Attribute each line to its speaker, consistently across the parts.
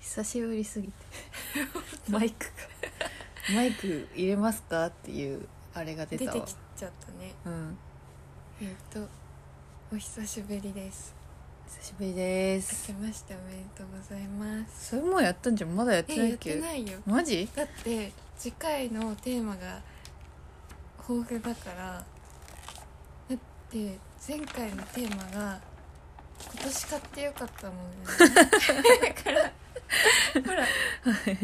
Speaker 1: 久しぶりすぎてマイクがマイク入れますかっていうあれが出
Speaker 2: 出
Speaker 1: た
Speaker 2: てき
Speaker 1: わ
Speaker 2: ちゃったね
Speaker 1: うん
Speaker 2: えっとお久しぶりです
Speaker 1: 久しぶりで
Speaker 2: 明け
Speaker 1: す
Speaker 2: ましておめでとうございます
Speaker 1: それもうやったんじゃんまだやって
Speaker 2: え
Speaker 1: な
Speaker 2: や
Speaker 1: い
Speaker 2: っ
Speaker 1: っけ
Speaker 2: てないよ
Speaker 1: マ ジ
Speaker 2: だって次回のテーマが豊富だからだって前回のテーマが今年買ってよかったもんね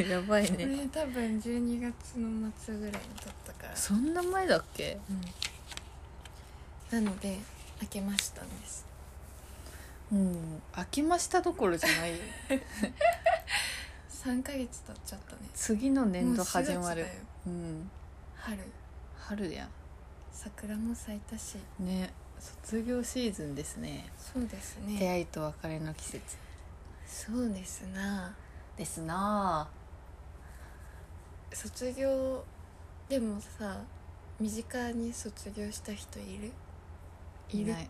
Speaker 1: やばい
Speaker 2: こ れ
Speaker 1: ね
Speaker 2: 多分12月の末ぐらいに撮ったから
Speaker 1: そんな前だっけ
Speaker 2: うんなので開けましたんです
Speaker 1: もう飽きましたどころじゃない
Speaker 2: 3ヶ月経っちゃったね
Speaker 1: 次の年
Speaker 2: も
Speaker 1: 度
Speaker 2: う4
Speaker 1: 始まる
Speaker 2: 月だよ
Speaker 1: うん
Speaker 2: 春
Speaker 1: 春や
Speaker 2: 桜も咲いたし
Speaker 1: んね卒業シーズンですね
Speaker 2: そうです
Speaker 1: 出
Speaker 2: ね
Speaker 1: 会いと別れの季節
Speaker 2: そうですな
Speaker 1: ですなあ
Speaker 2: 卒業でもさ身近に卒業した人いるいる
Speaker 1: ない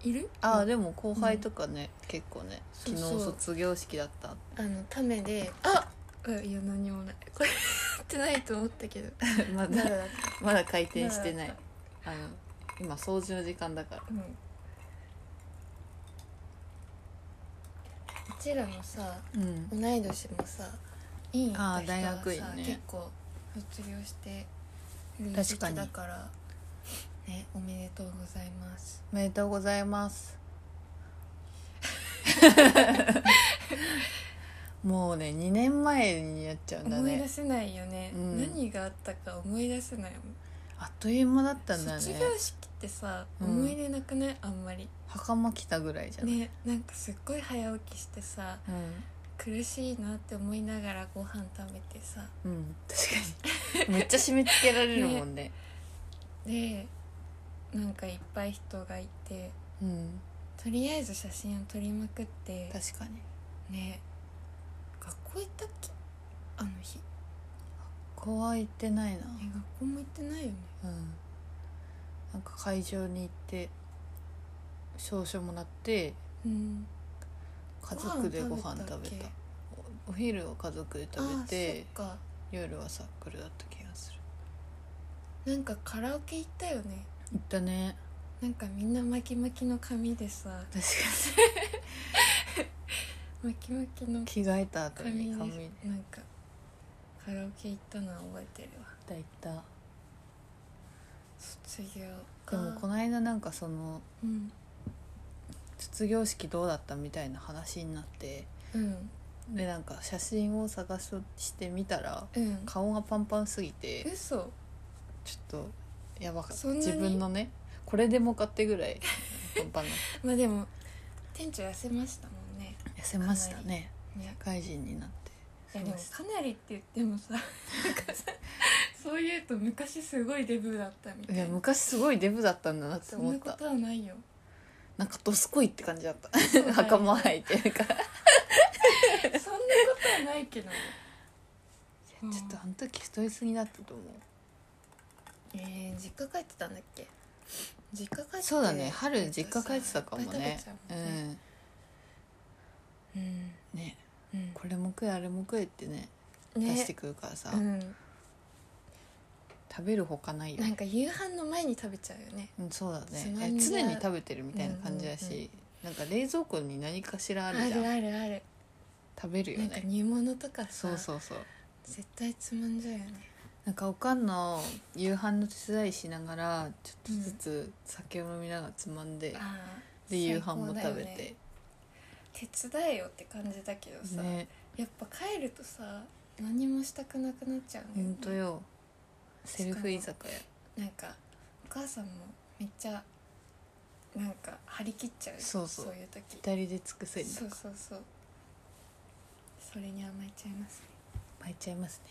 Speaker 2: いる
Speaker 1: ああ
Speaker 2: うん
Speaker 1: でも後輩とかね、結構ね
Speaker 2: そう
Speaker 1: 昨
Speaker 2: そう
Speaker 1: 日卒業式だった
Speaker 2: あのためであうんいや何もないこれやってないと思ったけど
Speaker 1: ま
Speaker 2: ま
Speaker 1: だ
Speaker 2: だ だっ
Speaker 1: まだ回転してな
Speaker 2: ま
Speaker 1: いあの今掃除の時間だから
Speaker 2: たうんうちらもさ
Speaker 1: うん
Speaker 2: 同い年もさ院行った人は
Speaker 1: あー
Speaker 2: さ
Speaker 1: 大学院ね
Speaker 2: 結構卒業してる時
Speaker 1: 確
Speaker 2: 期
Speaker 1: かに
Speaker 2: だからねおめでとうございます
Speaker 1: おめでとうございます。 もうね、2年前にやっちゃうんだ
Speaker 2: 思い出
Speaker 1: ね。
Speaker 2: せないよね、
Speaker 1: うん
Speaker 2: 何があったか思い出せないもん
Speaker 1: あっという間だったんだ
Speaker 2: 卒
Speaker 1: ね
Speaker 2: 業。式ってさ、
Speaker 1: うん
Speaker 2: 思い出なくないあんまり
Speaker 1: 袴着たぐらいじゃん。
Speaker 2: ねなんかすっごい早起きしてさ
Speaker 1: う
Speaker 2: 苦しいなって思いながらご飯食べてさ
Speaker 1: ん、うん、確かに。めっちゃ締め付けられるもんね。
Speaker 2: でなんかいっぱい人がいて
Speaker 1: うん、
Speaker 2: とりあえず写真を撮りまくって
Speaker 1: 確かに。
Speaker 2: ね学校行ったっけあの日ね
Speaker 1: 子は行ってないな。
Speaker 2: 学校も行ってないよね
Speaker 1: うん。なんか会場に行って。証書もらって、
Speaker 2: うん
Speaker 1: 家族でご飯食べ
Speaker 2: ご飯食べた
Speaker 1: た
Speaker 2: っ。
Speaker 1: おお昼は家族で食べて、
Speaker 2: あそっか
Speaker 1: 夜はサークルだった気がする。
Speaker 2: なんかカラオケ行ったよね
Speaker 1: 行ったね。
Speaker 2: なんかみんな巻き巻きの髪でさ
Speaker 1: 確か
Speaker 2: 巻き巻きの
Speaker 1: に着替えた後
Speaker 2: 髪
Speaker 1: に
Speaker 2: で
Speaker 1: 髪
Speaker 2: なんかカラオケ行ったのは覚えてるわ
Speaker 1: だいた
Speaker 2: 卒業
Speaker 1: で
Speaker 2: か
Speaker 1: もこの間なんかその
Speaker 2: うん
Speaker 1: 卒業式どうだったみたいな話になって
Speaker 2: うん
Speaker 1: でなんか写真を探ししてみたら
Speaker 2: うん
Speaker 1: 顔がパンパンすぎて
Speaker 2: 嘘
Speaker 1: ちょっとやばかった
Speaker 2: そんなに
Speaker 1: 自分のねこれでもかってぐらい パンパンな
Speaker 2: まあでも店長痩せましたもんね
Speaker 1: 痩せましたね
Speaker 2: ね
Speaker 1: 社会人になって
Speaker 2: いやでも
Speaker 1: そう
Speaker 2: かなりって言ってもさなんかさそういうと昔すごいデブだったみた
Speaker 1: いや
Speaker 2: いな
Speaker 1: 昔すごいデブだったんだなって
Speaker 2: そ
Speaker 1: 思
Speaker 2: ん
Speaker 1: っ
Speaker 2: なこ
Speaker 1: た
Speaker 2: とはない よ
Speaker 1: なんかどすこいって感じだった
Speaker 2: そうだよ
Speaker 1: 袴履いてるから
Speaker 2: そんなことはないけどうん
Speaker 1: ちょっとあの時太りすぎだったと思う
Speaker 2: えー、実家帰ってたんだっけ実家帰って
Speaker 1: そうだね春実家帰ってたかもね
Speaker 2: うねうん
Speaker 1: うんね
Speaker 2: うん
Speaker 1: これも食えあれも食えってね出してくるからさ、
Speaker 2: うん、
Speaker 1: 食べるほかないよ
Speaker 2: なんか夕飯の前に食べちゃうよね
Speaker 1: うんそうだ
Speaker 2: つ
Speaker 1: ね
Speaker 2: ま
Speaker 1: え
Speaker 2: みが
Speaker 1: 常に食べてるみたいな感じだし、
Speaker 2: うんうん
Speaker 1: なんか冷蔵庫に何かしらあ
Speaker 2: あ
Speaker 1: るじゃん
Speaker 2: るあるある
Speaker 1: 食べるよ
Speaker 2: なんか
Speaker 1: ね
Speaker 2: 煮物とかさ
Speaker 1: そうそうそう
Speaker 2: 絶対つまんじゃうよね
Speaker 1: なんかおかんの夕飯の手伝いしながらちょっとずつ酒を飲みながらつまんで、
Speaker 2: あ
Speaker 1: で夕飯も食べ
Speaker 2: ね
Speaker 1: て、
Speaker 2: 手伝えよって感じだけどさ、
Speaker 1: ね
Speaker 2: やっぱ帰るとさ何もしたくなくなっちゃう
Speaker 1: ほ
Speaker 2: ね
Speaker 1: んとよセルフ居酒屋
Speaker 2: なんかお母さんもめっちゃなんか張り切っちゃう
Speaker 1: そうそう
Speaker 2: そういう時
Speaker 1: 二人で尽くせる
Speaker 2: そうそうそうそれに甘えちゃいますね
Speaker 1: 巻いちゃいますね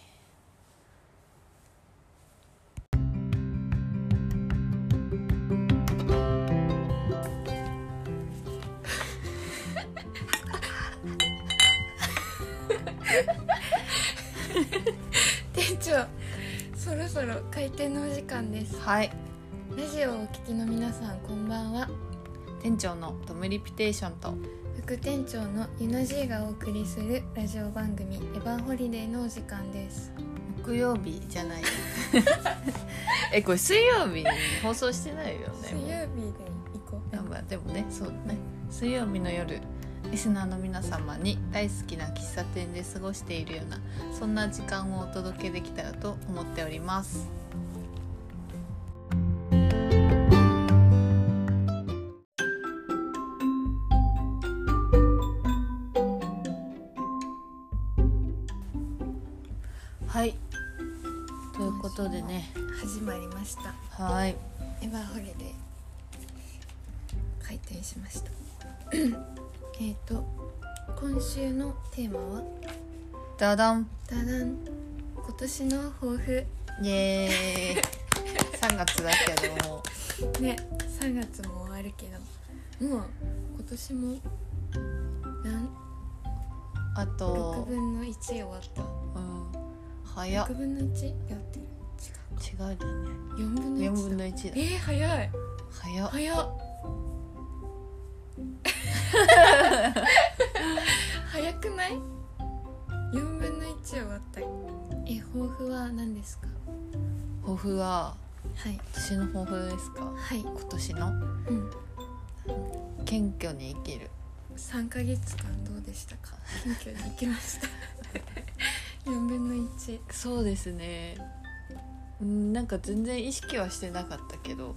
Speaker 2: 店長そろそろ開店のお時間です
Speaker 1: はい
Speaker 2: ラジオをお聞きの皆さんこんばんは
Speaker 1: 店長のトムリピテーションと
Speaker 2: 副店長のゆのじいがお送りするラジオ番組エヴァンホリデーのお時間です
Speaker 1: 木曜日じゃない えこれ水曜日に放送してないよね
Speaker 2: 水曜日で行こう
Speaker 1: まあでもねそうね水曜日の夜リスナーの皆様に大好きな喫茶店で過ごしているようなそんな時間をお届けできたらと思っておりますはいということでね
Speaker 2: 始まりました
Speaker 1: はい
Speaker 2: エヴァンホリデー開店しました えっと今週のテーマは
Speaker 1: ダダン
Speaker 2: ダダン今年の抱負
Speaker 1: イエー イ3月だけども
Speaker 2: ね3月も終わるけどもう今年もなん
Speaker 1: あ
Speaker 2: 6
Speaker 1: と、
Speaker 2: 分の1終わった
Speaker 1: うん、早っ
Speaker 2: 6分の 1? やってる
Speaker 1: 違うだね
Speaker 2: 4分の
Speaker 1: 4
Speaker 2: 1
Speaker 1: 分
Speaker 2: だ
Speaker 1: の1
Speaker 2: え
Speaker 1: だ
Speaker 2: ー、早い
Speaker 1: 早っ
Speaker 2: 早 っ早くない ?4 分の1終わったえ抱負は何ですか
Speaker 1: 抱負は
Speaker 2: はい
Speaker 1: 私の抱負ですか
Speaker 2: はい
Speaker 1: 今年の
Speaker 2: うん
Speaker 1: 謙虚に生きる
Speaker 2: 3ヶ月間どうでしたか謙虚に行きました 4分の1
Speaker 1: そうですねうんなんか全然意識はしてなかったけど
Speaker 2: う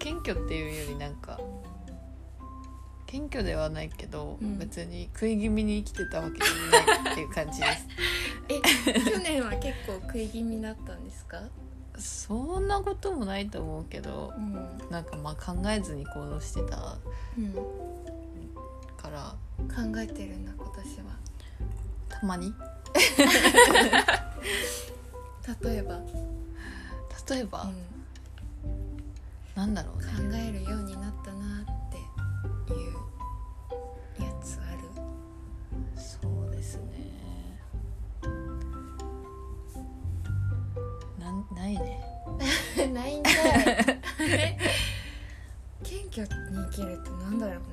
Speaker 1: 謙虚っていうよりなんか謙虚ではないけど、
Speaker 2: うん
Speaker 1: 別に食い気味に生きてたわけじゃないっていう感じです
Speaker 2: ん、去年は結構食い気味だったんですか、
Speaker 1: そんなこともないと思うけど
Speaker 2: うん
Speaker 1: なんかまあ考えずに行動してたから
Speaker 2: 考えてるんだ今年
Speaker 1: たまに
Speaker 2: は例えば、うん、
Speaker 1: 例えば、なんだろう
Speaker 2: 考
Speaker 1: ね
Speaker 2: えるようになったなっていうやつある
Speaker 1: そうですねなんないね
Speaker 2: ないんだい謙虚に生きるってなんだろう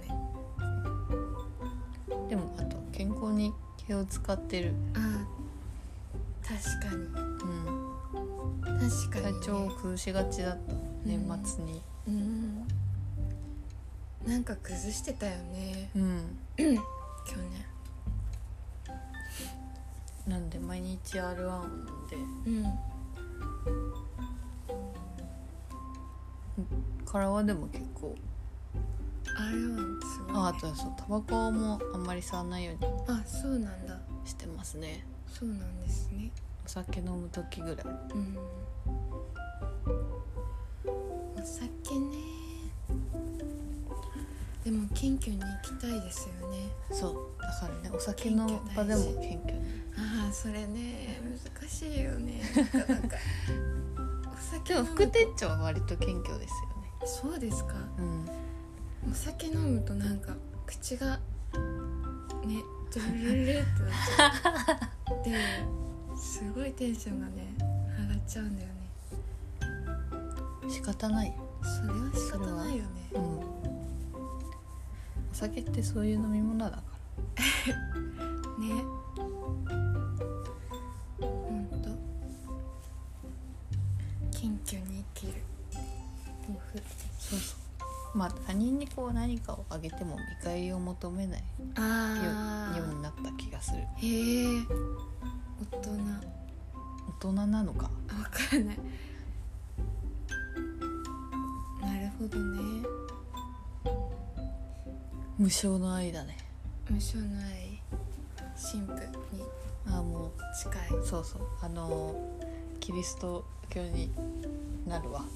Speaker 2: ね
Speaker 1: でもあと健康に気を使ってる、
Speaker 2: ああ確かに
Speaker 1: うん、
Speaker 2: 確か
Speaker 1: 体
Speaker 2: に、ね、
Speaker 1: 調を崩しがちだった年末に
Speaker 2: うんなんか崩してたよね
Speaker 1: うん、
Speaker 2: 去年
Speaker 1: なんで毎日 R1 を飲んで
Speaker 2: うん
Speaker 1: からはでも結構
Speaker 2: あれはすごい、ね、
Speaker 1: ああとはそうタバコもあんまり吸わないように
Speaker 2: あそうなんだ
Speaker 1: してますね
Speaker 2: そうなんですね
Speaker 1: お酒飲む時ぐらい
Speaker 2: うんお酒ねでも謙虚に行きたいですよね
Speaker 1: そうだからねお酒の場でも謙虚に
Speaker 2: ああそれね難しいよねなかなかお酒
Speaker 1: でも
Speaker 2: 飲
Speaker 1: 副
Speaker 2: む
Speaker 1: 店長は割と謙虚ですよね
Speaker 2: そうですか
Speaker 1: うん
Speaker 2: お酒飲むとなんか口がねドゥルルルってなっちゃ うですごいテンションがね上がっちゃうんだよね
Speaker 1: 仕方ないよ
Speaker 2: それは仕方ないよね
Speaker 1: うんお酒ってそういう飲み物だから
Speaker 2: ねほんと謙虚に生きる抱負
Speaker 1: そうそうまあ他人にこう何かをあげても見返りを求めないよ
Speaker 2: あ
Speaker 1: ようになった気がする
Speaker 2: へえ大人
Speaker 1: 大人なのか
Speaker 2: あわからないなるほどね
Speaker 1: 無償の愛だね
Speaker 2: 無償の愛神父に
Speaker 1: ああも
Speaker 2: 近いう
Speaker 1: そうそうあのーキリスト教になるわ
Speaker 2: よ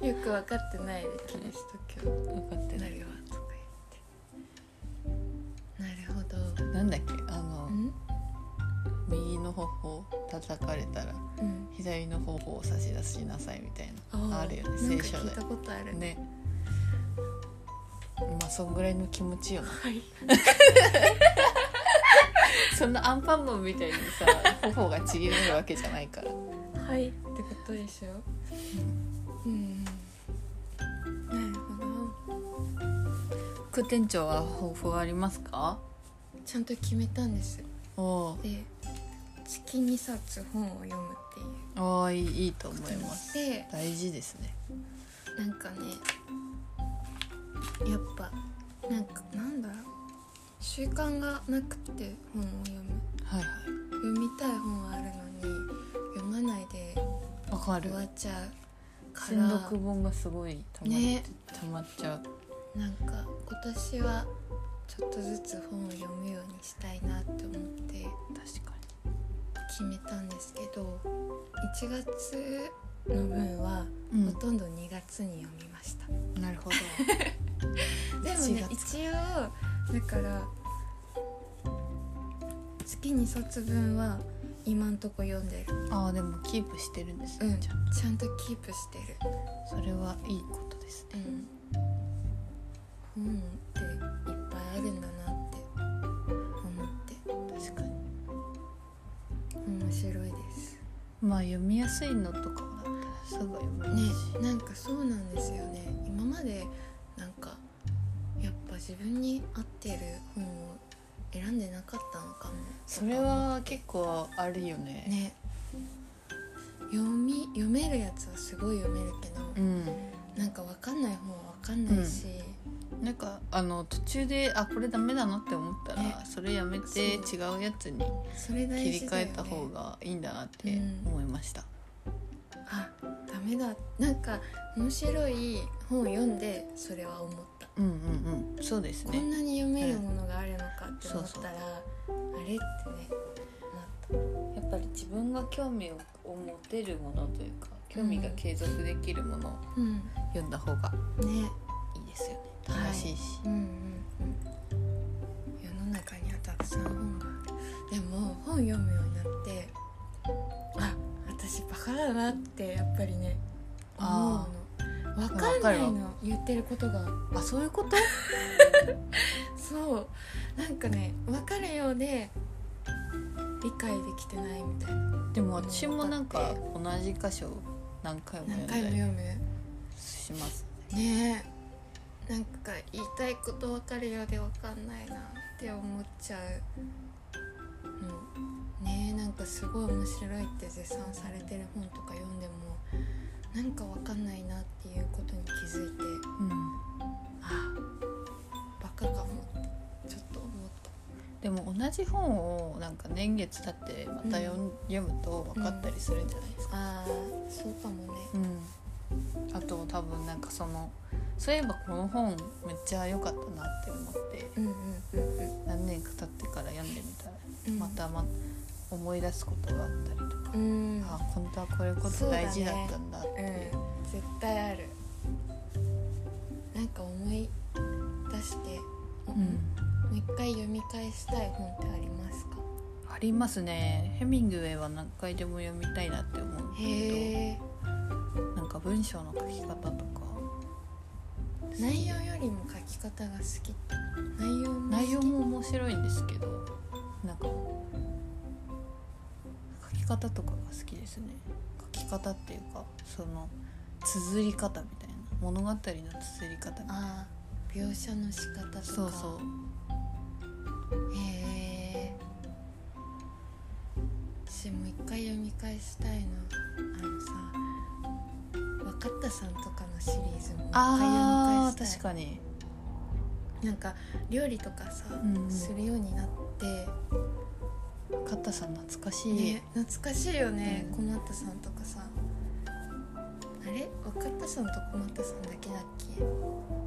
Speaker 2: く分かってないでキリスト教
Speaker 1: 分かって
Speaker 2: な
Speaker 1: ない
Speaker 2: るわとか言ってなるほど
Speaker 1: なんだっけあの
Speaker 2: ん
Speaker 1: 右の頬を叩かれたら
Speaker 2: うん
Speaker 1: 左の頬を差し出しなさいみたいなあ
Speaker 2: あー
Speaker 1: るよね
Speaker 2: な
Speaker 1: 聖
Speaker 2: んか
Speaker 1: 書
Speaker 2: 聞い
Speaker 1: で
Speaker 2: たことある
Speaker 1: ねまあそんぐらいの気持ちよね
Speaker 2: はい
Speaker 1: そんなアンパンマンみたいにさ頬がちぎれるわけじゃないから
Speaker 2: はいってことでしょうんなるほど
Speaker 1: 副店長は抱負はありますか
Speaker 2: ちゃんと決めたんです
Speaker 1: お
Speaker 2: で月2冊本を読むっていう
Speaker 1: ーおーいいいいと思
Speaker 2: こ
Speaker 1: い
Speaker 2: とに
Speaker 1: ます
Speaker 2: して
Speaker 1: 大事ですね
Speaker 2: なんかねやっぱなんかなんだろう習慣がなくて本を読む
Speaker 1: はいは
Speaker 2: 読みたい本はあるのに読まないで
Speaker 1: いわか
Speaker 2: 終
Speaker 1: る
Speaker 2: わっちゃうか
Speaker 1: 新
Speaker 2: ら
Speaker 1: 読本がすごいたま,、
Speaker 2: ね
Speaker 1: たまっちゃう
Speaker 2: なんか今年はちょっとずつ本を読むようにしたいなって思って
Speaker 1: 確か
Speaker 2: 決めたんですけど1月の分は
Speaker 1: に
Speaker 2: ほとんど2月に読みました、
Speaker 1: うんなるほど
Speaker 2: でも
Speaker 1: 1
Speaker 2: ね
Speaker 1: 月
Speaker 2: 一応だから月2冊分は今んとこ読んでる
Speaker 1: ああでもキープしてるんですね、
Speaker 2: うん
Speaker 1: じ
Speaker 2: ち
Speaker 1: ゃ
Speaker 2: ゃんとキープしてる
Speaker 1: あそれはいいことですね
Speaker 2: うん本っていっぱいあるんだなって思って
Speaker 1: 確かに
Speaker 2: 面白いです
Speaker 1: まあ読みやすいのとかだったらすぐ読めるし、
Speaker 2: ねなんかそうなんですよね今までなんかやっぱ自分に合ってる本を選んでなかったのかも
Speaker 1: それは結構あるよね
Speaker 2: ね読み読めるやつはすごい読めるけど、
Speaker 1: うん
Speaker 2: なんかわかんない本はわかんないし、
Speaker 1: なんかあの途中であこれダメだなって思った
Speaker 2: ね
Speaker 1: らそれやめて
Speaker 2: そ
Speaker 1: 違うやつに
Speaker 2: それ大
Speaker 1: 切り
Speaker 2: 事だ
Speaker 1: 替え
Speaker 2: よね
Speaker 1: た方がいいんだなって
Speaker 2: うん
Speaker 1: 思いました、
Speaker 2: あダメだなんか面白い本を読んでそれは思った、
Speaker 1: うん、うんうんそうです
Speaker 2: こん
Speaker 1: ね
Speaker 2: なに読めるものがあるのかって思ったら、
Speaker 1: うん
Speaker 2: あれってねなった
Speaker 1: やっぱり自分が興味を持てるものというか興味が継続できるものを
Speaker 2: うん
Speaker 1: 読んだ方が
Speaker 2: ね
Speaker 1: いいですよね
Speaker 2: はい
Speaker 1: 楽しいし、
Speaker 2: うんうんうん世の中にはたくさん本があるでも本読むようになってあ私バカだなってやっぱりね思
Speaker 1: あ
Speaker 2: うのわかんないの言ってることが
Speaker 1: あそういうこと
Speaker 2: そうなんかね分かるようで理解できてないみたいな
Speaker 1: でも私もなんか同じ箇所を何回も読
Speaker 2: 何
Speaker 1: ん
Speaker 2: 回も
Speaker 1: だり
Speaker 2: 読む
Speaker 1: しますね
Speaker 2: ねえなんか言いたいこと分かるようで分かんないなって思っちゃうのねえなんかすごい面白いって絶賛されてる本とか読んでもなんか分かんないなっていうことに気づいて
Speaker 1: うん
Speaker 2: あバカかもってちょっと思った
Speaker 1: でも同じ本をなんか年月経ってまた読,、読むと分かったりするんじゃないですか、
Speaker 2: ああそうかもね
Speaker 1: うんあと多分なんかそのそういえばこの本めっちゃ良かったなって思って
Speaker 2: うんうんうんうん
Speaker 1: 何年か経ってから読んでみたら
Speaker 2: うん
Speaker 1: またま思い出すことがあったりとか、
Speaker 2: うん、
Speaker 1: あ本当はこういうこと大事だったんだって
Speaker 2: うん、絶対あるなんか思い出して、
Speaker 1: う
Speaker 2: も
Speaker 1: ん
Speaker 2: う一回読み返したい本ってありますか
Speaker 1: ありますねヘミングウェイは何回でも読みたいなって思うけ
Speaker 2: へえ
Speaker 1: どなんか文章の書き方とか
Speaker 2: 内容よりも書き方が好き内容も好き
Speaker 1: 内容も面白いんですけどなんか書き方とかが好きですね書き方っていうかその綴り方みたいな物語の綴り方みたいな
Speaker 2: ああ描写の仕方とか
Speaker 1: そうそう
Speaker 2: へえ私もう一回読み返したいなあのさ若田さんとかのシリーズもう一回読み返
Speaker 1: あ
Speaker 2: し
Speaker 1: ー
Speaker 2: たい
Speaker 1: 確かに
Speaker 2: なんか料理とかさ、
Speaker 1: うんうん
Speaker 2: するようになって、
Speaker 1: カッタさん懐かしい、
Speaker 2: ね、懐かしいよね、
Speaker 1: うん
Speaker 2: 小松さんとかさあれ若田さんと小松さんだけだっけ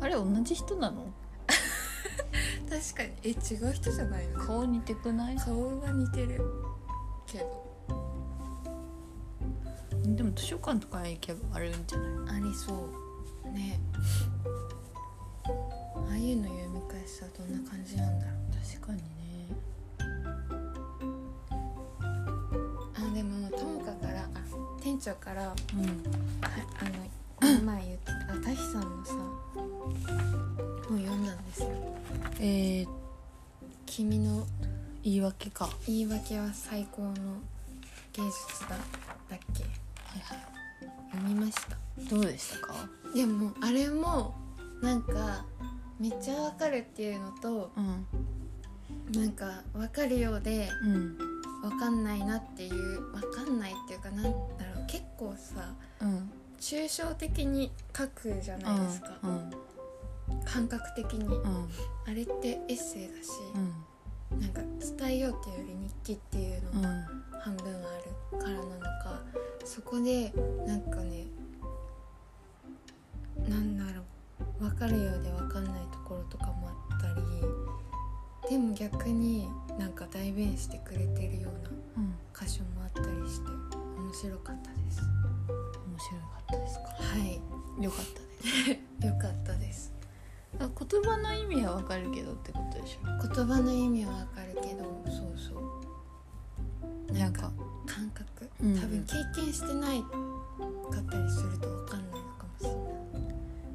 Speaker 1: あれ同じ人なの
Speaker 2: 確かにえ違う人じゃないの
Speaker 1: 顔似てくない
Speaker 2: 顔は似てるけど
Speaker 1: でも図書館とか行けばあるんじゃない
Speaker 2: ありそうねああいうの読み返したらどんな感じなんだろう
Speaker 1: 確かにね
Speaker 2: あでもともかからあ店長から
Speaker 1: うん
Speaker 2: ああのこの前言ってたたひさんのさ本読んだんですよ
Speaker 1: えー、
Speaker 2: 君の
Speaker 1: 言い訳かは
Speaker 2: 言い訳は最高の芸術だだっけ
Speaker 1: いは
Speaker 2: 読みました
Speaker 1: いどうでしたか
Speaker 2: でもあれもなんかめっちゃわかるっていうのと
Speaker 1: うん
Speaker 2: なんかわかるようで
Speaker 1: うん
Speaker 2: わかんないなっていうわかんないっていうかなんだろう結構さ
Speaker 1: うん
Speaker 2: 抽象的に書くじゃないですか、
Speaker 1: うん
Speaker 2: 感覚的に、
Speaker 1: うん
Speaker 2: あれってエッセイだし、
Speaker 1: うん
Speaker 2: なんか伝えようっていうより日記っていう
Speaker 1: う
Speaker 2: の
Speaker 1: ん
Speaker 2: が半分はあるからなのかそこでなんかねなんだろう分かるようで分かんないところとかもあったりでも逆になんか代弁してくれてるような
Speaker 1: うん
Speaker 2: 箇所もあったりして面白かったです。
Speaker 1: 面白かったですか
Speaker 2: はい
Speaker 1: 良かったです
Speaker 2: 良かったです
Speaker 1: あ言葉の意味はわかるけどってことでしょ
Speaker 2: 言葉の意味はわかるけどそうそう
Speaker 1: なんか
Speaker 2: 感覚、
Speaker 1: うんうん
Speaker 2: 多分経験してないかったりするとわかんないのかもしれない、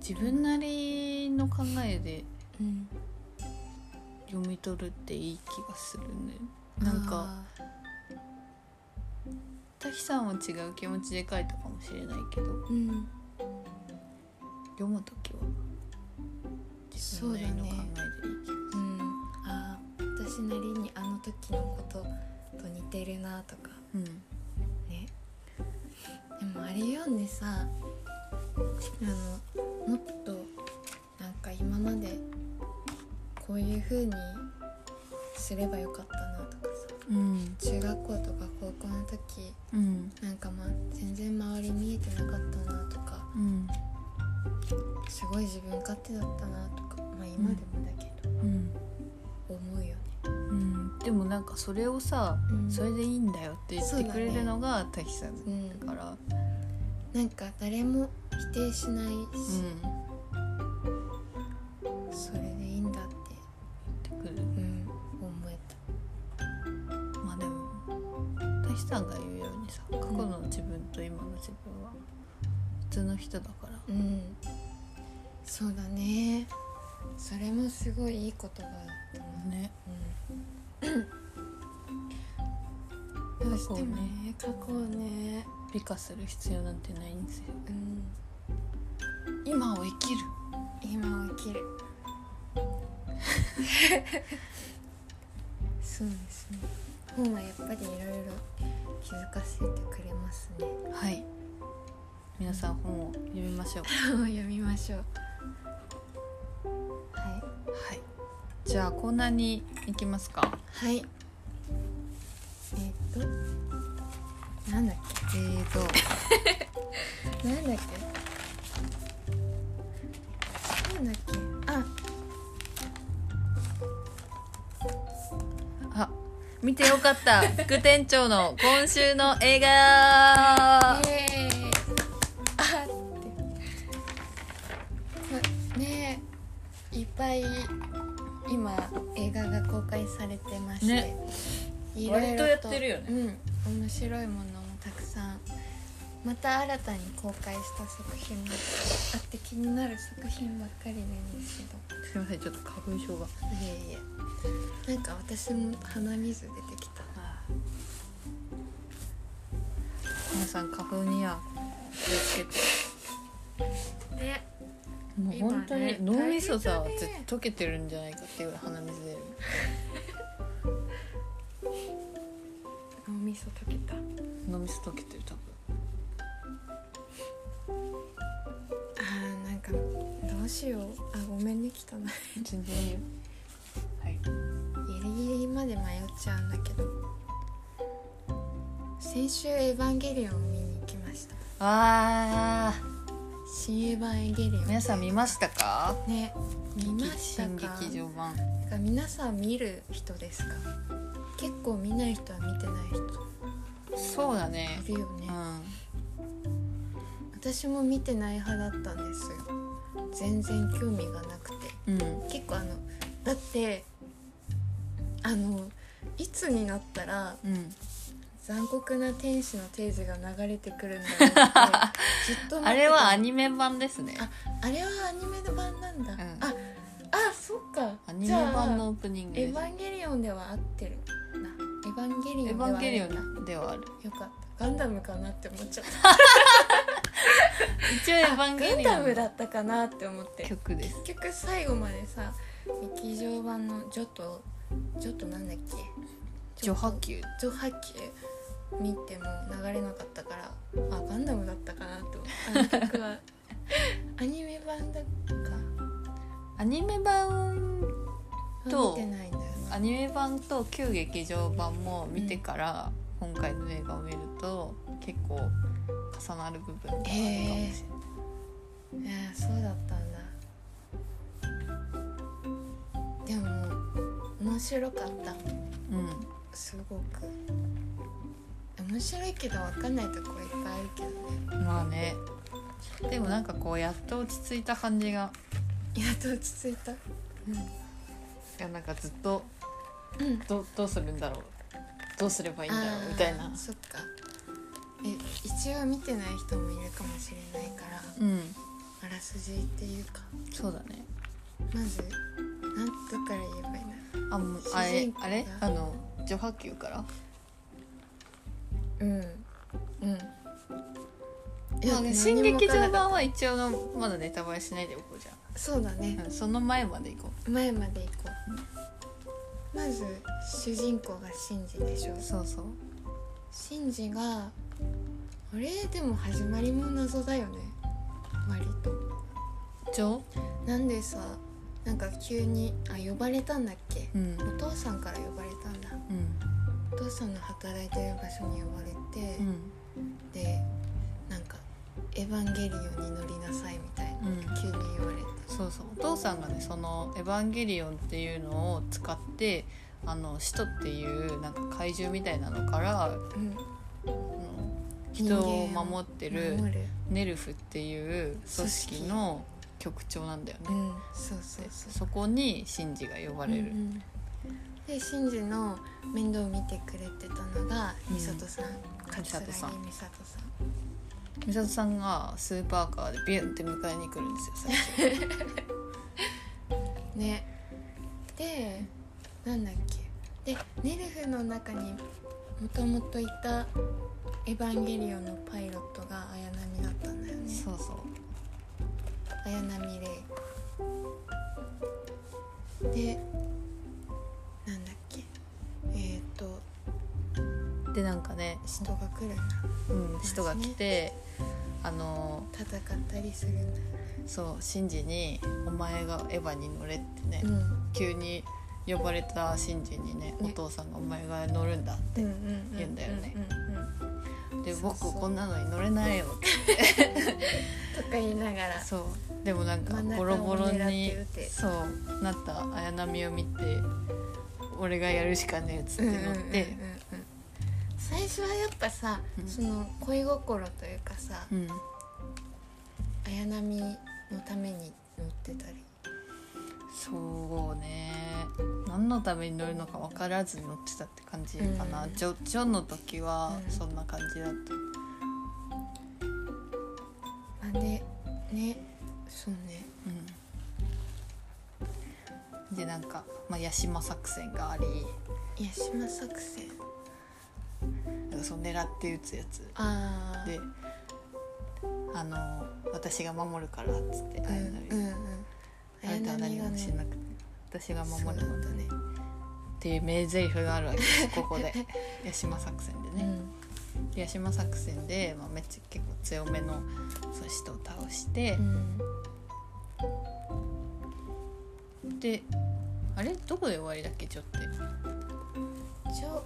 Speaker 1: 自分なりの考えで
Speaker 2: うん、
Speaker 1: 読み取るっていい気がするねなんか
Speaker 2: あ
Speaker 1: 滝さんは違う気持ちで書いたかもしれないけど
Speaker 2: ーうん
Speaker 1: 読む時は自分なりの考えでいい気が
Speaker 2: うんあー私なりにあの時のことと似てるなとか
Speaker 1: する、うん
Speaker 2: ねでもあれ読んでさあのもっとなんか今までこういう風にすればよかったなとかさ
Speaker 1: うん
Speaker 2: 中学校とか高校の時
Speaker 1: うん
Speaker 2: なんかまあ全然周り見えてなかったなとか
Speaker 1: うん
Speaker 2: すごい自分勝手だったなとかまあ今でもだけど
Speaker 1: うん
Speaker 2: 思うよね。
Speaker 1: うんでもなんかそれをさ、
Speaker 2: うん
Speaker 1: それでいいんだよって言ってくれるのが滝さん
Speaker 2: う
Speaker 1: だか
Speaker 2: ん、
Speaker 1: ら
Speaker 2: なんか誰も否定しないし、
Speaker 1: うん
Speaker 2: それでいいんだって、
Speaker 1: 言ってくる
Speaker 2: うん、思えた。
Speaker 1: まあでも滝さんが言うようにさ過去の自分と今の自分は普通の人だから
Speaker 2: うん、そうだね。それもすごいいい言葉だったな。
Speaker 1: ね
Speaker 2: うん、
Speaker 1: 過去
Speaker 2: どうし
Speaker 1: を
Speaker 2: ても
Speaker 1: ね
Speaker 2: ね、過去をね、
Speaker 1: 美化する必要なんてないんですよ
Speaker 2: うん、
Speaker 1: 今を生きる
Speaker 2: 今を生きる。 そうですね。本はやっぱりいろいろ気づかせてくれますね。
Speaker 1: はい皆さん本を読みましょう
Speaker 2: を 読みましょう。は
Speaker 1: はいじゃあコーナーに行きますか
Speaker 2: い。はい。えーっと。なんだっ
Speaker 1: えーと
Speaker 2: け。なんだっけ。なんだっけ。あ、
Speaker 1: あ見てよか った副店長の今週の映画
Speaker 2: イエーイ。あって。まねえ。いっぱい。今映画が公開されてまして。
Speaker 1: ね
Speaker 2: いろい
Speaker 1: 割
Speaker 2: ろ
Speaker 1: とやってるよね。
Speaker 2: うん。面白いものもたくさん。また新たに公開した作品もあって気になる作品ばっかりなんですけど。
Speaker 1: すいませんちょっと花粉症が
Speaker 2: いえいえなんか私も鼻水出てきた
Speaker 1: 皆さん花粉には気をつけて
Speaker 2: ね
Speaker 1: もう本当に
Speaker 2: 今ね
Speaker 1: 脳みそさ
Speaker 2: 大変だ
Speaker 1: 絶
Speaker 2: ね
Speaker 1: 溶けてるんじゃないかっていうぐらい鼻水出る
Speaker 2: 脳みそ溶けた
Speaker 1: 脳みそ溶けてる多
Speaker 2: あーなんかどうしようあごめんね汚い
Speaker 1: 分全然いいよはい
Speaker 2: ギリギリまで迷っちゃうんだけど先週「エヴァンゲリオン」を見に行きました
Speaker 1: あ
Speaker 2: 「新エヴァンゲリオン」
Speaker 1: ー皆さん見ましたか
Speaker 2: ね見ました
Speaker 1: 新
Speaker 2: か
Speaker 1: 劇場版
Speaker 2: なんか皆さん見る人ですか結構見ない人は見てない人
Speaker 1: そうだね
Speaker 2: いるよね
Speaker 1: う
Speaker 2: 私も見てない派だったんですよ全然興味がなくて
Speaker 1: んうん
Speaker 2: 結構あのだってあのいつになったら
Speaker 1: うん
Speaker 2: 残酷な天使のテーゼが流れてくるんだ ろうってずっと
Speaker 1: あ
Speaker 2: 待ってた
Speaker 1: れはアニメ版ですね
Speaker 2: ああれはアニメの版なんだ、
Speaker 1: ん
Speaker 2: ああそっか
Speaker 1: アニメ版の
Speaker 2: じゃあ
Speaker 1: オープニング
Speaker 2: エ
Speaker 1: で
Speaker 2: ヴ
Speaker 1: す
Speaker 2: ァンゲリオンでは合ってるなエヴァンゲリオン
Speaker 1: エ
Speaker 2: で
Speaker 1: ヴ
Speaker 2: は
Speaker 1: ァンゲリオ
Speaker 2: 合ってる
Speaker 1: ンではある
Speaker 2: よかったガンダムかなって思っちゃっ
Speaker 1: 一応 エヴァンゲ
Speaker 2: ガン
Speaker 1: リオ
Speaker 2: ダ
Speaker 1: ン
Speaker 2: ム
Speaker 1: の
Speaker 2: だったかなって思って
Speaker 1: 曲です
Speaker 2: 結局最後までさ劇場版の「ジョ」と「ジョ」となんだっけ
Speaker 1: 序波球
Speaker 2: ジョ波球見ても流れなかったからあガンダムだったかなとあの曲 はアニメ版だか
Speaker 1: アニメ版と
Speaker 2: 見てないんだよな
Speaker 1: アニメ版と旧劇場版も見てから今回の映画を見ると結構重なる部分があるかもしれない、
Speaker 2: へえーそうだったんだでも面白かった
Speaker 1: うん
Speaker 2: すごく面白いけど分かんないとこいっぱいあるけどね
Speaker 1: まあねでもなんかこうやっと落ち着いた感じが
Speaker 2: やっと落ち着いた
Speaker 1: いやなんかずっと
Speaker 2: うん
Speaker 1: どどうするんだろうどうすればいいんだろ
Speaker 2: あ
Speaker 1: う
Speaker 2: ー
Speaker 1: みたいな
Speaker 2: そっかえ一応見てない人もいるかもしれないから
Speaker 1: うん
Speaker 2: あらすじっていうか
Speaker 1: そうだね
Speaker 2: まずなんとから言えばいいな
Speaker 1: あもうあ
Speaker 2: 主
Speaker 1: れ
Speaker 2: 人公が
Speaker 1: あれあの序波球から
Speaker 2: うんうんいや
Speaker 1: まあね、
Speaker 2: 何
Speaker 1: 新
Speaker 2: にも
Speaker 1: 劇
Speaker 2: 分から
Speaker 1: 場
Speaker 2: なかっ
Speaker 1: 版は一応のまだネタバレしないでおこうじゃ
Speaker 2: たそうだね
Speaker 1: ん、うん、その前まで行こ
Speaker 2: 前まで行こうまず主人公がシンジでしょ
Speaker 1: うそうそう
Speaker 2: シンジがあれでも始まりも謎だよね割と
Speaker 1: 序
Speaker 2: なんでさなんか急にあ呼ばれたんだっけ
Speaker 1: うん
Speaker 2: お父さんから呼ばれたんだ
Speaker 1: うん
Speaker 2: お父さんの働いてる場所に呼ばれて、
Speaker 1: うん
Speaker 2: でなんか「エヴァンゲリオンに乗りなさい」みたいな、
Speaker 1: うん
Speaker 2: 急に言われて
Speaker 1: そうそうお父さんがねその「エヴァンゲリオン」っていうのを使ってあの使徒っていうなんか怪獣みたいなのから、あ
Speaker 2: うん
Speaker 1: の人を守ってる
Speaker 2: 守る
Speaker 1: ネルフっていう組織の局長なんだよ
Speaker 2: う
Speaker 1: ね。
Speaker 2: んそうそう
Speaker 1: で
Speaker 2: そう
Speaker 1: そこにシンジが呼ばれ
Speaker 2: う
Speaker 1: る。
Speaker 2: んうんでシンジの面倒を見てくれてたのが
Speaker 1: うん
Speaker 2: 美里さん、
Speaker 1: 美里さん
Speaker 2: 桂木美里さん
Speaker 1: 美里さんがスーパーカーでビュンって迎えに来るんですよ 最初。
Speaker 2: ねでなんだっけでネルフの中にもともといた「エヴァンゲリオン」のパイロットが綾波だったんだよね
Speaker 1: そうそう。
Speaker 2: 綾波レイでなんだっけえっ、ー、と
Speaker 1: でなんかね、
Speaker 2: 人が来るな
Speaker 1: うん、人が来て、あの
Speaker 2: 戦ったりするんだよ
Speaker 1: そうシンジに「お前がエヴァに乗れ」ってね、
Speaker 2: ね、
Speaker 1: 急に呼ばれたシンジにねお
Speaker 2: ね
Speaker 1: 父さんが「お前が乗るんだ」って
Speaker 2: うんうん
Speaker 1: 言うんだよね
Speaker 2: うんうん
Speaker 1: 「
Speaker 2: うん
Speaker 1: で
Speaker 2: そう
Speaker 1: 僕
Speaker 2: そう
Speaker 1: こんなのに乗れないよ」って
Speaker 2: とか言いながら
Speaker 1: そうでもなんか
Speaker 2: 真ん中を
Speaker 1: ボロボロ
Speaker 2: 狙っ
Speaker 1: に
Speaker 2: て撃て
Speaker 1: そうなった綾波を見て「俺がやるしかねえ」っつって乗って
Speaker 2: 最初はやっぱさ、
Speaker 1: うん
Speaker 2: その恋心というかさ、
Speaker 1: うん
Speaker 2: 綾波のために乗ってたり
Speaker 1: そうね何のために乗るのか分からずに乗ってたって感じかな、
Speaker 2: うん
Speaker 1: ジョジョンの時は
Speaker 2: うん
Speaker 1: そんな感じだった、
Speaker 2: まあでねそうね
Speaker 1: うん、でなんか、まあ、八島作戦があり
Speaker 2: 八島作戦
Speaker 1: なんかその狙って撃つやつ
Speaker 2: ああ
Speaker 1: で「あの私が守るから」っつって
Speaker 2: うん
Speaker 1: 綾波
Speaker 2: うんうん
Speaker 1: あな
Speaker 2: 綾
Speaker 1: たは
Speaker 2: 波
Speaker 1: 何
Speaker 2: が
Speaker 1: も
Speaker 2: ね
Speaker 1: しなくて私が守
Speaker 2: そうだ
Speaker 1: るの」
Speaker 2: っ
Speaker 1: った
Speaker 2: ね
Speaker 1: ていう名台詞があるわけですここ で八島作戦で
Speaker 2: う
Speaker 1: ね。
Speaker 2: ん
Speaker 1: 八島作戦で、まあ、めっちゃ結構強めのそう人を倒して
Speaker 2: う、ん
Speaker 1: であれどこで終わりだっけちょって
Speaker 2: ちょ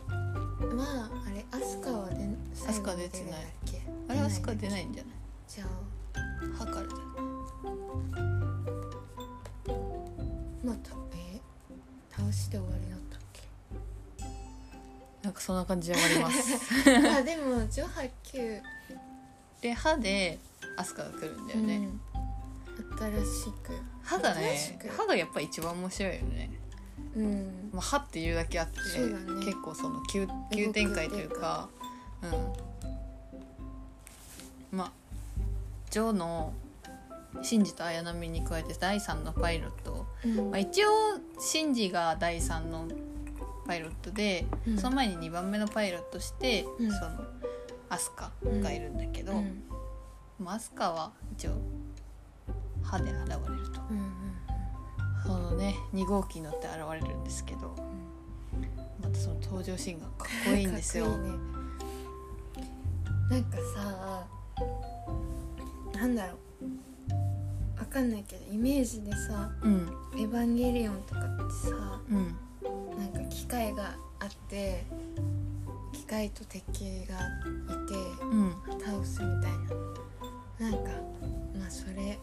Speaker 2: はあれアスカはで
Speaker 1: アスカ出てない
Speaker 2: だっけ
Speaker 1: あれはしか出ないんじゃない
Speaker 2: じゃあ
Speaker 1: ハカルだよ
Speaker 2: またえ倒して終わりだったっ
Speaker 1: なんかそんな感じで終わります
Speaker 2: けあでもジョハ9
Speaker 1: で歯でアスカが来るんだよね、
Speaker 2: うん、新しく
Speaker 1: 歯が
Speaker 2: 新し
Speaker 1: ね
Speaker 2: く
Speaker 1: 歯がやっぱ一番面白いよね、
Speaker 2: うん
Speaker 1: まあ、歯っていうだけあって、
Speaker 2: そうだね
Speaker 1: 結構その急急展開というかうんまあジョーのシンジと綾波に加えて第3のパイロット、
Speaker 2: うん
Speaker 1: まあ、一応シンジが第3のパイロットで、
Speaker 2: うん
Speaker 1: その前に2番目のパイロットして、
Speaker 2: うん
Speaker 1: そのアスカがいるんだけど、
Speaker 2: うん
Speaker 1: まあ、アスカは一応歯で現れると
Speaker 2: うんうん
Speaker 1: そのね2号機に乗って現れるんですけど
Speaker 2: うん
Speaker 1: またその登場シーンがかっこいいんですよ
Speaker 2: かっこいいねなんかさなんだろうわかんないけどイメージでさ
Speaker 1: うん
Speaker 2: 「エヴァンゲリオン」とかってさ
Speaker 1: うん
Speaker 2: なんか機械があって機械と敵がいて
Speaker 1: うん
Speaker 2: 倒すみたいななんかまあそれ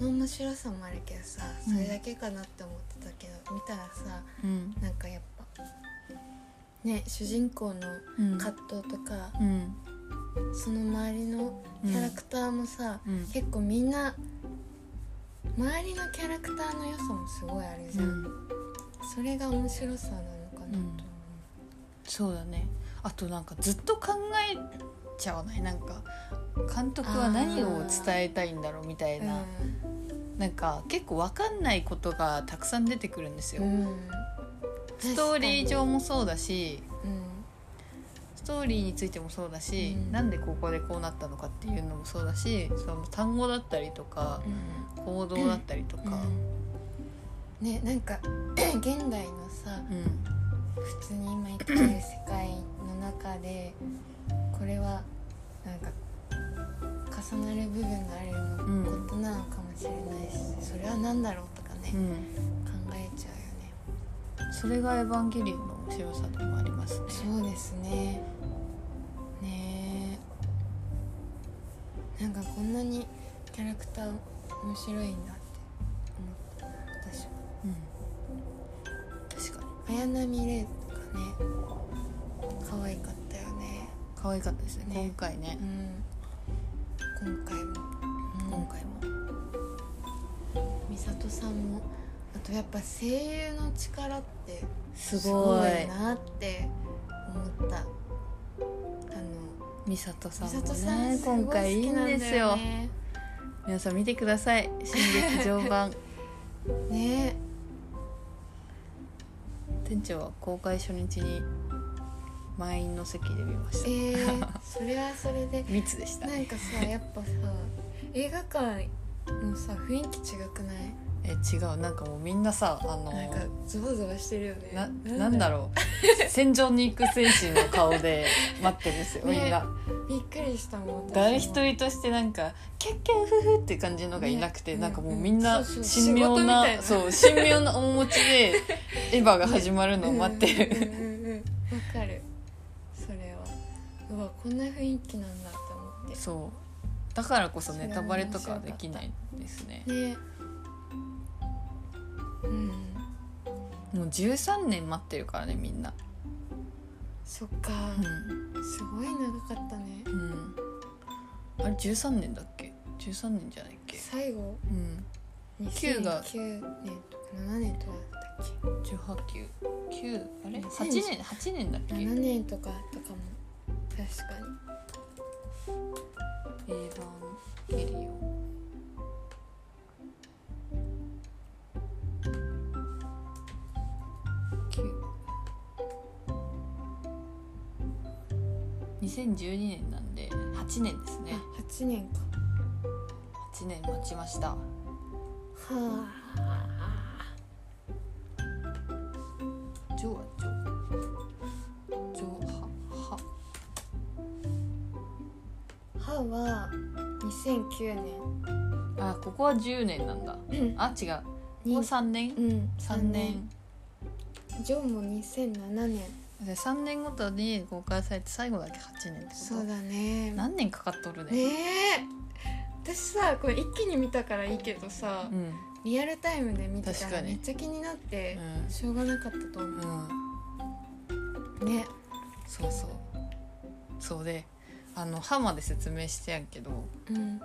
Speaker 2: の面白さもあるけどさそれだけかなって思ってたけど見たらさ
Speaker 1: うん
Speaker 2: なんかやっぱね主人公の
Speaker 1: うん
Speaker 2: 葛藤とか
Speaker 1: うん
Speaker 2: その周りのキャラクターもさ、
Speaker 1: うん
Speaker 2: 結構みんな周りのキャラクターの良さもすごいあるじ
Speaker 1: う
Speaker 2: ゃん、
Speaker 1: ん
Speaker 2: それが面白さなのかなと思、
Speaker 1: そうだねあとなんかずっと考えちゃわないなんか監督は何を伝えたいんだろうみたいうな、なんか結構わかんないことがたくさん出てくるんですよ、
Speaker 2: うんうん、
Speaker 1: ストーリー
Speaker 2: 確
Speaker 1: 上もそうだし
Speaker 2: かに、
Speaker 1: ストーリーについてもそうだし、
Speaker 2: うん
Speaker 1: なんでここでこうなったのかっていうのもそうだしその単語だったりとか
Speaker 2: う
Speaker 1: 行動だったりと
Speaker 2: ん
Speaker 1: か、
Speaker 2: うんねなんか 現代のさ
Speaker 1: うん
Speaker 2: 普通に今生きてる世界の中でこれはなんか重なる部分があるようなことなのかもしれないし、それは何だろうとかね、
Speaker 1: うん
Speaker 2: 考えちゃう
Speaker 1: それが「エヴァンゲリオン」の面白さでもありますね。
Speaker 2: よねそうですねねえなんかこんなにキャラクター面白いんだって思った私は
Speaker 1: うん確かに
Speaker 2: 綾波レイとかね可愛かったよね
Speaker 1: 可愛かったですね
Speaker 2: ね
Speaker 1: 今回ね
Speaker 2: う、ん今回も、
Speaker 1: 今回も
Speaker 2: 美里さんもあとやっぱ声優の力って
Speaker 1: す
Speaker 2: すごいなって思ったあの
Speaker 1: 美里さ
Speaker 2: 美
Speaker 1: ん
Speaker 2: 里
Speaker 1: も
Speaker 2: さん
Speaker 1: ね
Speaker 2: すごい
Speaker 1: 今
Speaker 2: 好きなんだ
Speaker 1: 回いいんですよ
Speaker 2: ね
Speaker 1: 皆さん見てください「新劇場 版」
Speaker 2: ね
Speaker 1: 店長は公開初日に満員の席で見まし
Speaker 2: え
Speaker 1: た
Speaker 2: ー、それはそれで
Speaker 1: 密でした
Speaker 2: なん かさやっぱさ映画館のさ雰囲気違くない
Speaker 1: え違うなんかもうみんなさあの
Speaker 2: なんかゾワゾワしてるよね
Speaker 1: ななんだろ う戦場に行く精神の顔で 待ってるんですよ、
Speaker 2: ね
Speaker 1: みんな
Speaker 2: うびっくりしたもん私も
Speaker 1: 誰一人としてなんかキャッキャフフって感じのがいなくて、
Speaker 2: ね
Speaker 1: なんかもうみんな
Speaker 2: うんそうそう
Speaker 1: 神妙な
Speaker 2: 仕事
Speaker 1: そう神妙な面持ちでエヴァが始まるのを待ってる、
Speaker 2: うんうんうんうんわかるそれはうわこんな雰囲気なんだって思っ
Speaker 1: そうだからこそネタバレとかはできないですね
Speaker 2: てねうん
Speaker 1: もう13年待ってるからねみんな
Speaker 2: そっか、
Speaker 1: うん、
Speaker 2: すごい長かったね
Speaker 1: うん、あれ13年だっけ13年じゃないっけ
Speaker 2: 最後
Speaker 1: うん九
Speaker 2: 2009
Speaker 1: が
Speaker 2: 年とか7年とかだったっ
Speaker 1: 18九九あれ
Speaker 2: 2000
Speaker 1: 8年八年だっ
Speaker 2: け
Speaker 1: け
Speaker 2: 7年とかとかも確か
Speaker 1: エ
Speaker 2: に
Speaker 1: ヴァンゲリオン九2012年なんで8年ですね
Speaker 2: あ8年か
Speaker 1: 8年待ちました
Speaker 2: はあ
Speaker 1: ジョーはジョージョーはは
Speaker 2: 歯は2009年
Speaker 1: あここは10年なんだ
Speaker 2: うん
Speaker 1: あ違うここ3年
Speaker 2: うん
Speaker 1: 3年
Speaker 2: ジョーも2007年
Speaker 1: で3年ごとに公開されて最後だけ8年ってこと
Speaker 2: そうだね
Speaker 1: 何年かかっとるね
Speaker 2: ねえ私さこれ一気に見たからいいけどさ
Speaker 1: うん、うん
Speaker 2: リアルタイムで見てた
Speaker 1: 確からに
Speaker 2: めっちゃ気になってしょうがなかったと思
Speaker 1: うん、
Speaker 2: うね
Speaker 1: そうそうそうであの歯まで説明してやんけど
Speaker 2: うん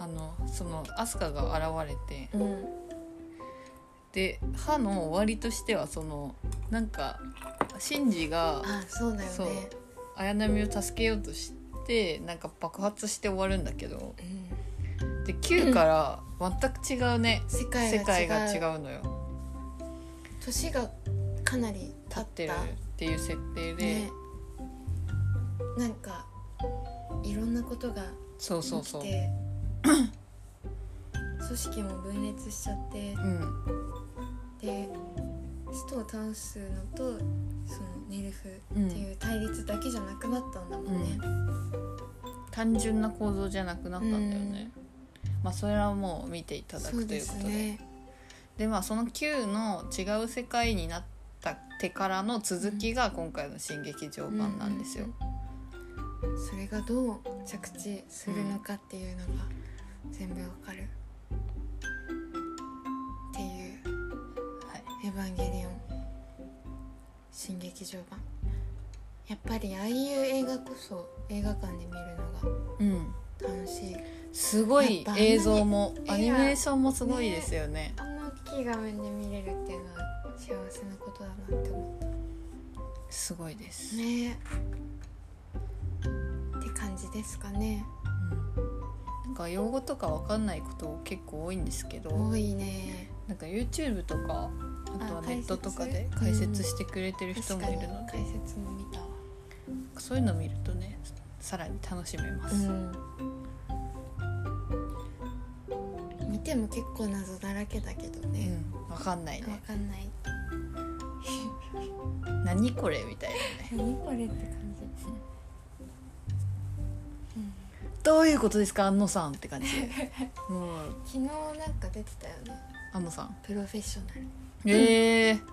Speaker 1: あのそのアスカが現れて
Speaker 2: うん
Speaker 1: で歯の終わりとしてはそのなんかシンジが
Speaker 2: あそうだよ
Speaker 1: そう
Speaker 2: ね
Speaker 1: 綾波を助けようとしてなんか爆発して終わるんだけど
Speaker 2: うん
Speaker 1: で9から全く違うね
Speaker 2: 世界が違
Speaker 1: 世
Speaker 2: う
Speaker 1: 界が違うのよ
Speaker 2: 年がかなり
Speaker 1: 立
Speaker 2: 経
Speaker 1: って
Speaker 2: っ
Speaker 1: る
Speaker 2: た
Speaker 1: っていう設定で、
Speaker 2: ねなんかいろんなことが
Speaker 1: そう
Speaker 2: 起
Speaker 1: そう
Speaker 2: き
Speaker 1: そう、
Speaker 2: て組織も分裂しちゃって
Speaker 1: うん、
Speaker 2: でストを倒すのとそのネルフっていう対立だけじゃなくなったんだもんね。
Speaker 1: 単純な構造じゃなくなったんだよね、まあそれはもう見ていただ
Speaker 2: そ
Speaker 1: く
Speaker 2: う
Speaker 1: とい
Speaker 2: で
Speaker 1: うこ
Speaker 2: す
Speaker 1: とで
Speaker 2: ね。
Speaker 1: でまあその Q の違う世界になったってからの続きが今回の新劇場版なんですよ、
Speaker 2: うんうんうん。それがどう着地するのかっていうのが全部わかる。っていう
Speaker 1: はい、
Speaker 2: 「エヴァンゲリオン」新劇場版。やっぱりああいう映画こそ映画館で見る
Speaker 1: う
Speaker 2: の
Speaker 1: ん
Speaker 2: が楽しい。
Speaker 1: すご
Speaker 2: やっ
Speaker 1: い
Speaker 2: ぱあんまり
Speaker 1: 映像も
Speaker 2: 絵が
Speaker 1: アニメーションもすごいですよね
Speaker 2: あんま大きい画面で見れるっていうのは幸せなことだなって思っ
Speaker 1: すごいです、
Speaker 2: たねって感じですかね
Speaker 1: うんなんか用語とかわかんないこと結構多いんですけど
Speaker 2: 多いね
Speaker 1: なんか YouTube とかあとは
Speaker 2: あ
Speaker 1: ネットとかで
Speaker 2: 解
Speaker 1: 解
Speaker 2: 説
Speaker 1: 説してくれてる人も
Speaker 2: 確か
Speaker 1: い
Speaker 2: に
Speaker 1: るので、
Speaker 2: 解説も見たわ
Speaker 1: そういうの見るとねさらに楽しめます、
Speaker 2: うん見ても結構謎だらけだけどね、
Speaker 1: うんわかんない
Speaker 2: わ
Speaker 1: ね
Speaker 2: かんない
Speaker 1: 何これみたいなね
Speaker 2: 何これって感じ
Speaker 1: どういうことですか安野さんって感 じもう
Speaker 2: 昨日なんか出てたよね
Speaker 1: 安野さん
Speaker 2: プロフェッショナル
Speaker 1: ええー、
Speaker 2: 途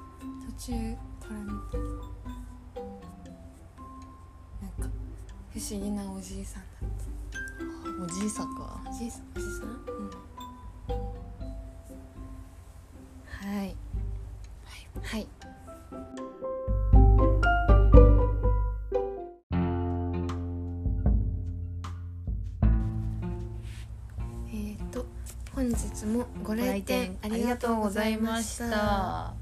Speaker 2: 中から見てなんか不思議なおじいさんだっ
Speaker 1: おじいさんか
Speaker 2: たおじいさんおじさん、うん、はいはいえーと本日もご
Speaker 1: ご
Speaker 2: 来
Speaker 1: 来
Speaker 2: 店
Speaker 1: 店あ
Speaker 2: あ
Speaker 1: り
Speaker 2: りが
Speaker 1: がと
Speaker 2: とう
Speaker 1: う
Speaker 2: ご
Speaker 1: ご
Speaker 2: ざ
Speaker 1: ざ
Speaker 2: い
Speaker 1: い
Speaker 2: ま
Speaker 1: ま
Speaker 2: し。
Speaker 1: したた
Speaker 2: は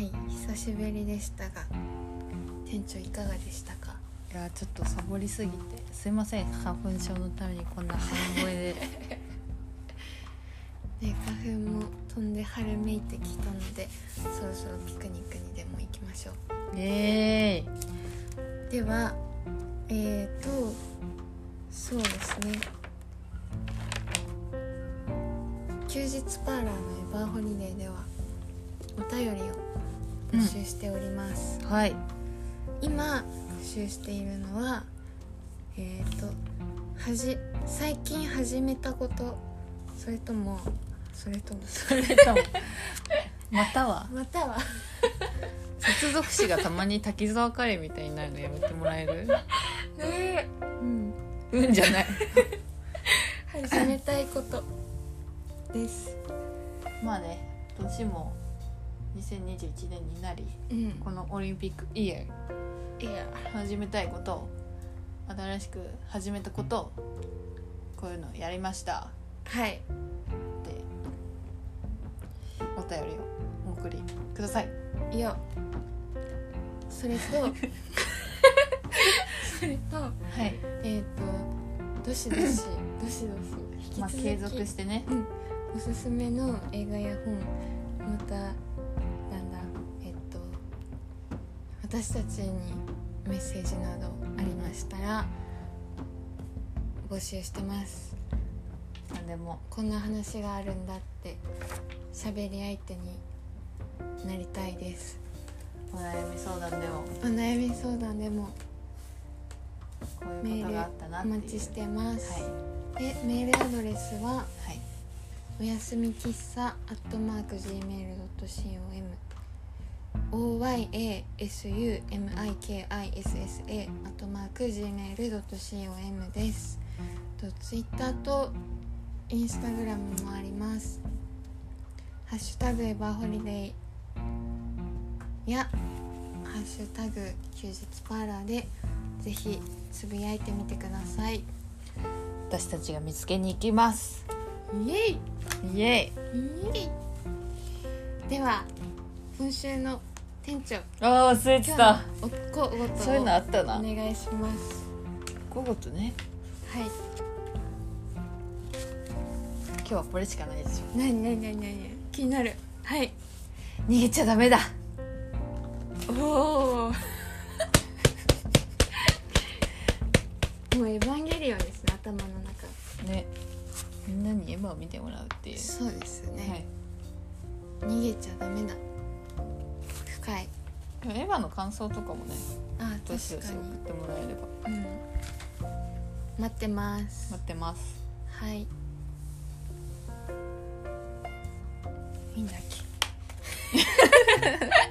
Speaker 2: い、久しぶりでしたが、店長いかがでしたか。
Speaker 1: いやちょっとサボりすぎてすいません花粉症のためにこんな鼻声 で
Speaker 2: ね、花粉も飛んで春めいてきたので、そろそろピクニックにでも行きましょう。
Speaker 1: ええ
Speaker 2: では、えーと、そうですね。休日パーラーのエバーホリデーでは、お便りを募集しております。
Speaker 1: はい
Speaker 2: 今募集しているのはえっ、とはじ最近始めたことそれともそれとも
Speaker 1: それともまたは
Speaker 2: または
Speaker 1: 接続詞がたまに滝沢カレーみたいになるのやめてもらえる
Speaker 2: ねうん
Speaker 1: うんじゃない
Speaker 2: 始めたいことです
Speaker 1: まあね年も2021年になり
Speaker 2: うん
Speaker 1: このオリンピックイヤー
Speaker 2: いや
Speaker 1: 始めたいこと新しく始めたことこういうのやりました
Speaker 2: は
Speaker 1: っ
Speaker 2: い
Speaker 1: てお便りをお送りください
Speaker 2: いやそ れとそれと
Speaker 1: はい、
Speaker 2: えっ、とどしどしどしどし引き続き、
Speaker 1: まあ、継続してね
Speaker 2: おすすめの映画や本またなんだえっと私たちにメッセージなどありましたら募集してます
Speaker 1: 何でも
Speaker 2: こんな話があるんだって喋り相手になりたいです
Speaker 1: お悩み相談でも
Speaker 2: お悩み相談でも
Speaker 1: こう
Speaker 2: メ
Speaker 1: いうこと
Speaker 2: ール
Speaker 1: があったなっ
Speaker 2: お
Speaker 1: ていう
Speaker 2: 待ちしてます、
Speaker 1: はい
Speaker 2: でメールアドレスは
Speaker 1: はい
Speaker 2: おやすみ喫茶アットマーク Gmail.com oyasumikissa アットマーク Gmail.com ですとツイッターとインスタグラムもありますハッシュタグエバーホリデイやハッシュタグ休日パーラーでぜひつぶやいてみてください
Speaker 1: 私たちが見つけに行きます
Speaker 2: イエイ
Speaker 1: イエイ
Speaker 2: では今週の店長
Speaker 1: あー忘れて
Speaker 2: 今
Speaker 1: た
Speaker 2: 日のお小言を
Speaker 1: そういうのあったな
Speaker 2: お願いします
Speaker 1: 午後とね
Speaker 2: はい
Speaker 1: 今日はこれしかないでしょ
Speaker 2: なになになになに気になるはい
Speaker 1: 逃げちゃダメだ
Speaker 2: おおもうエヴァンゲリ
Speaker 1: ねみんなにエヴァを見てもらうっていう、
Speaker 2: そうですよ
Speaker 1: は
Speaker 2: ね、
Speaker 1: い、
Speaker 2: 逃げちゃダメだ深い
Speaker 1: でもエヴァの感想とかもね
Speaker 2: あ
Speaker 1: どしど
Speaker 2: 確
Speaker 1: し
Speaker 2: か
Speaker 1: 送ってもらえれば
Speaker 2: に、うん、待ってます
Speaker 1: 待ってます
Speaker 2: はいいいんだっけ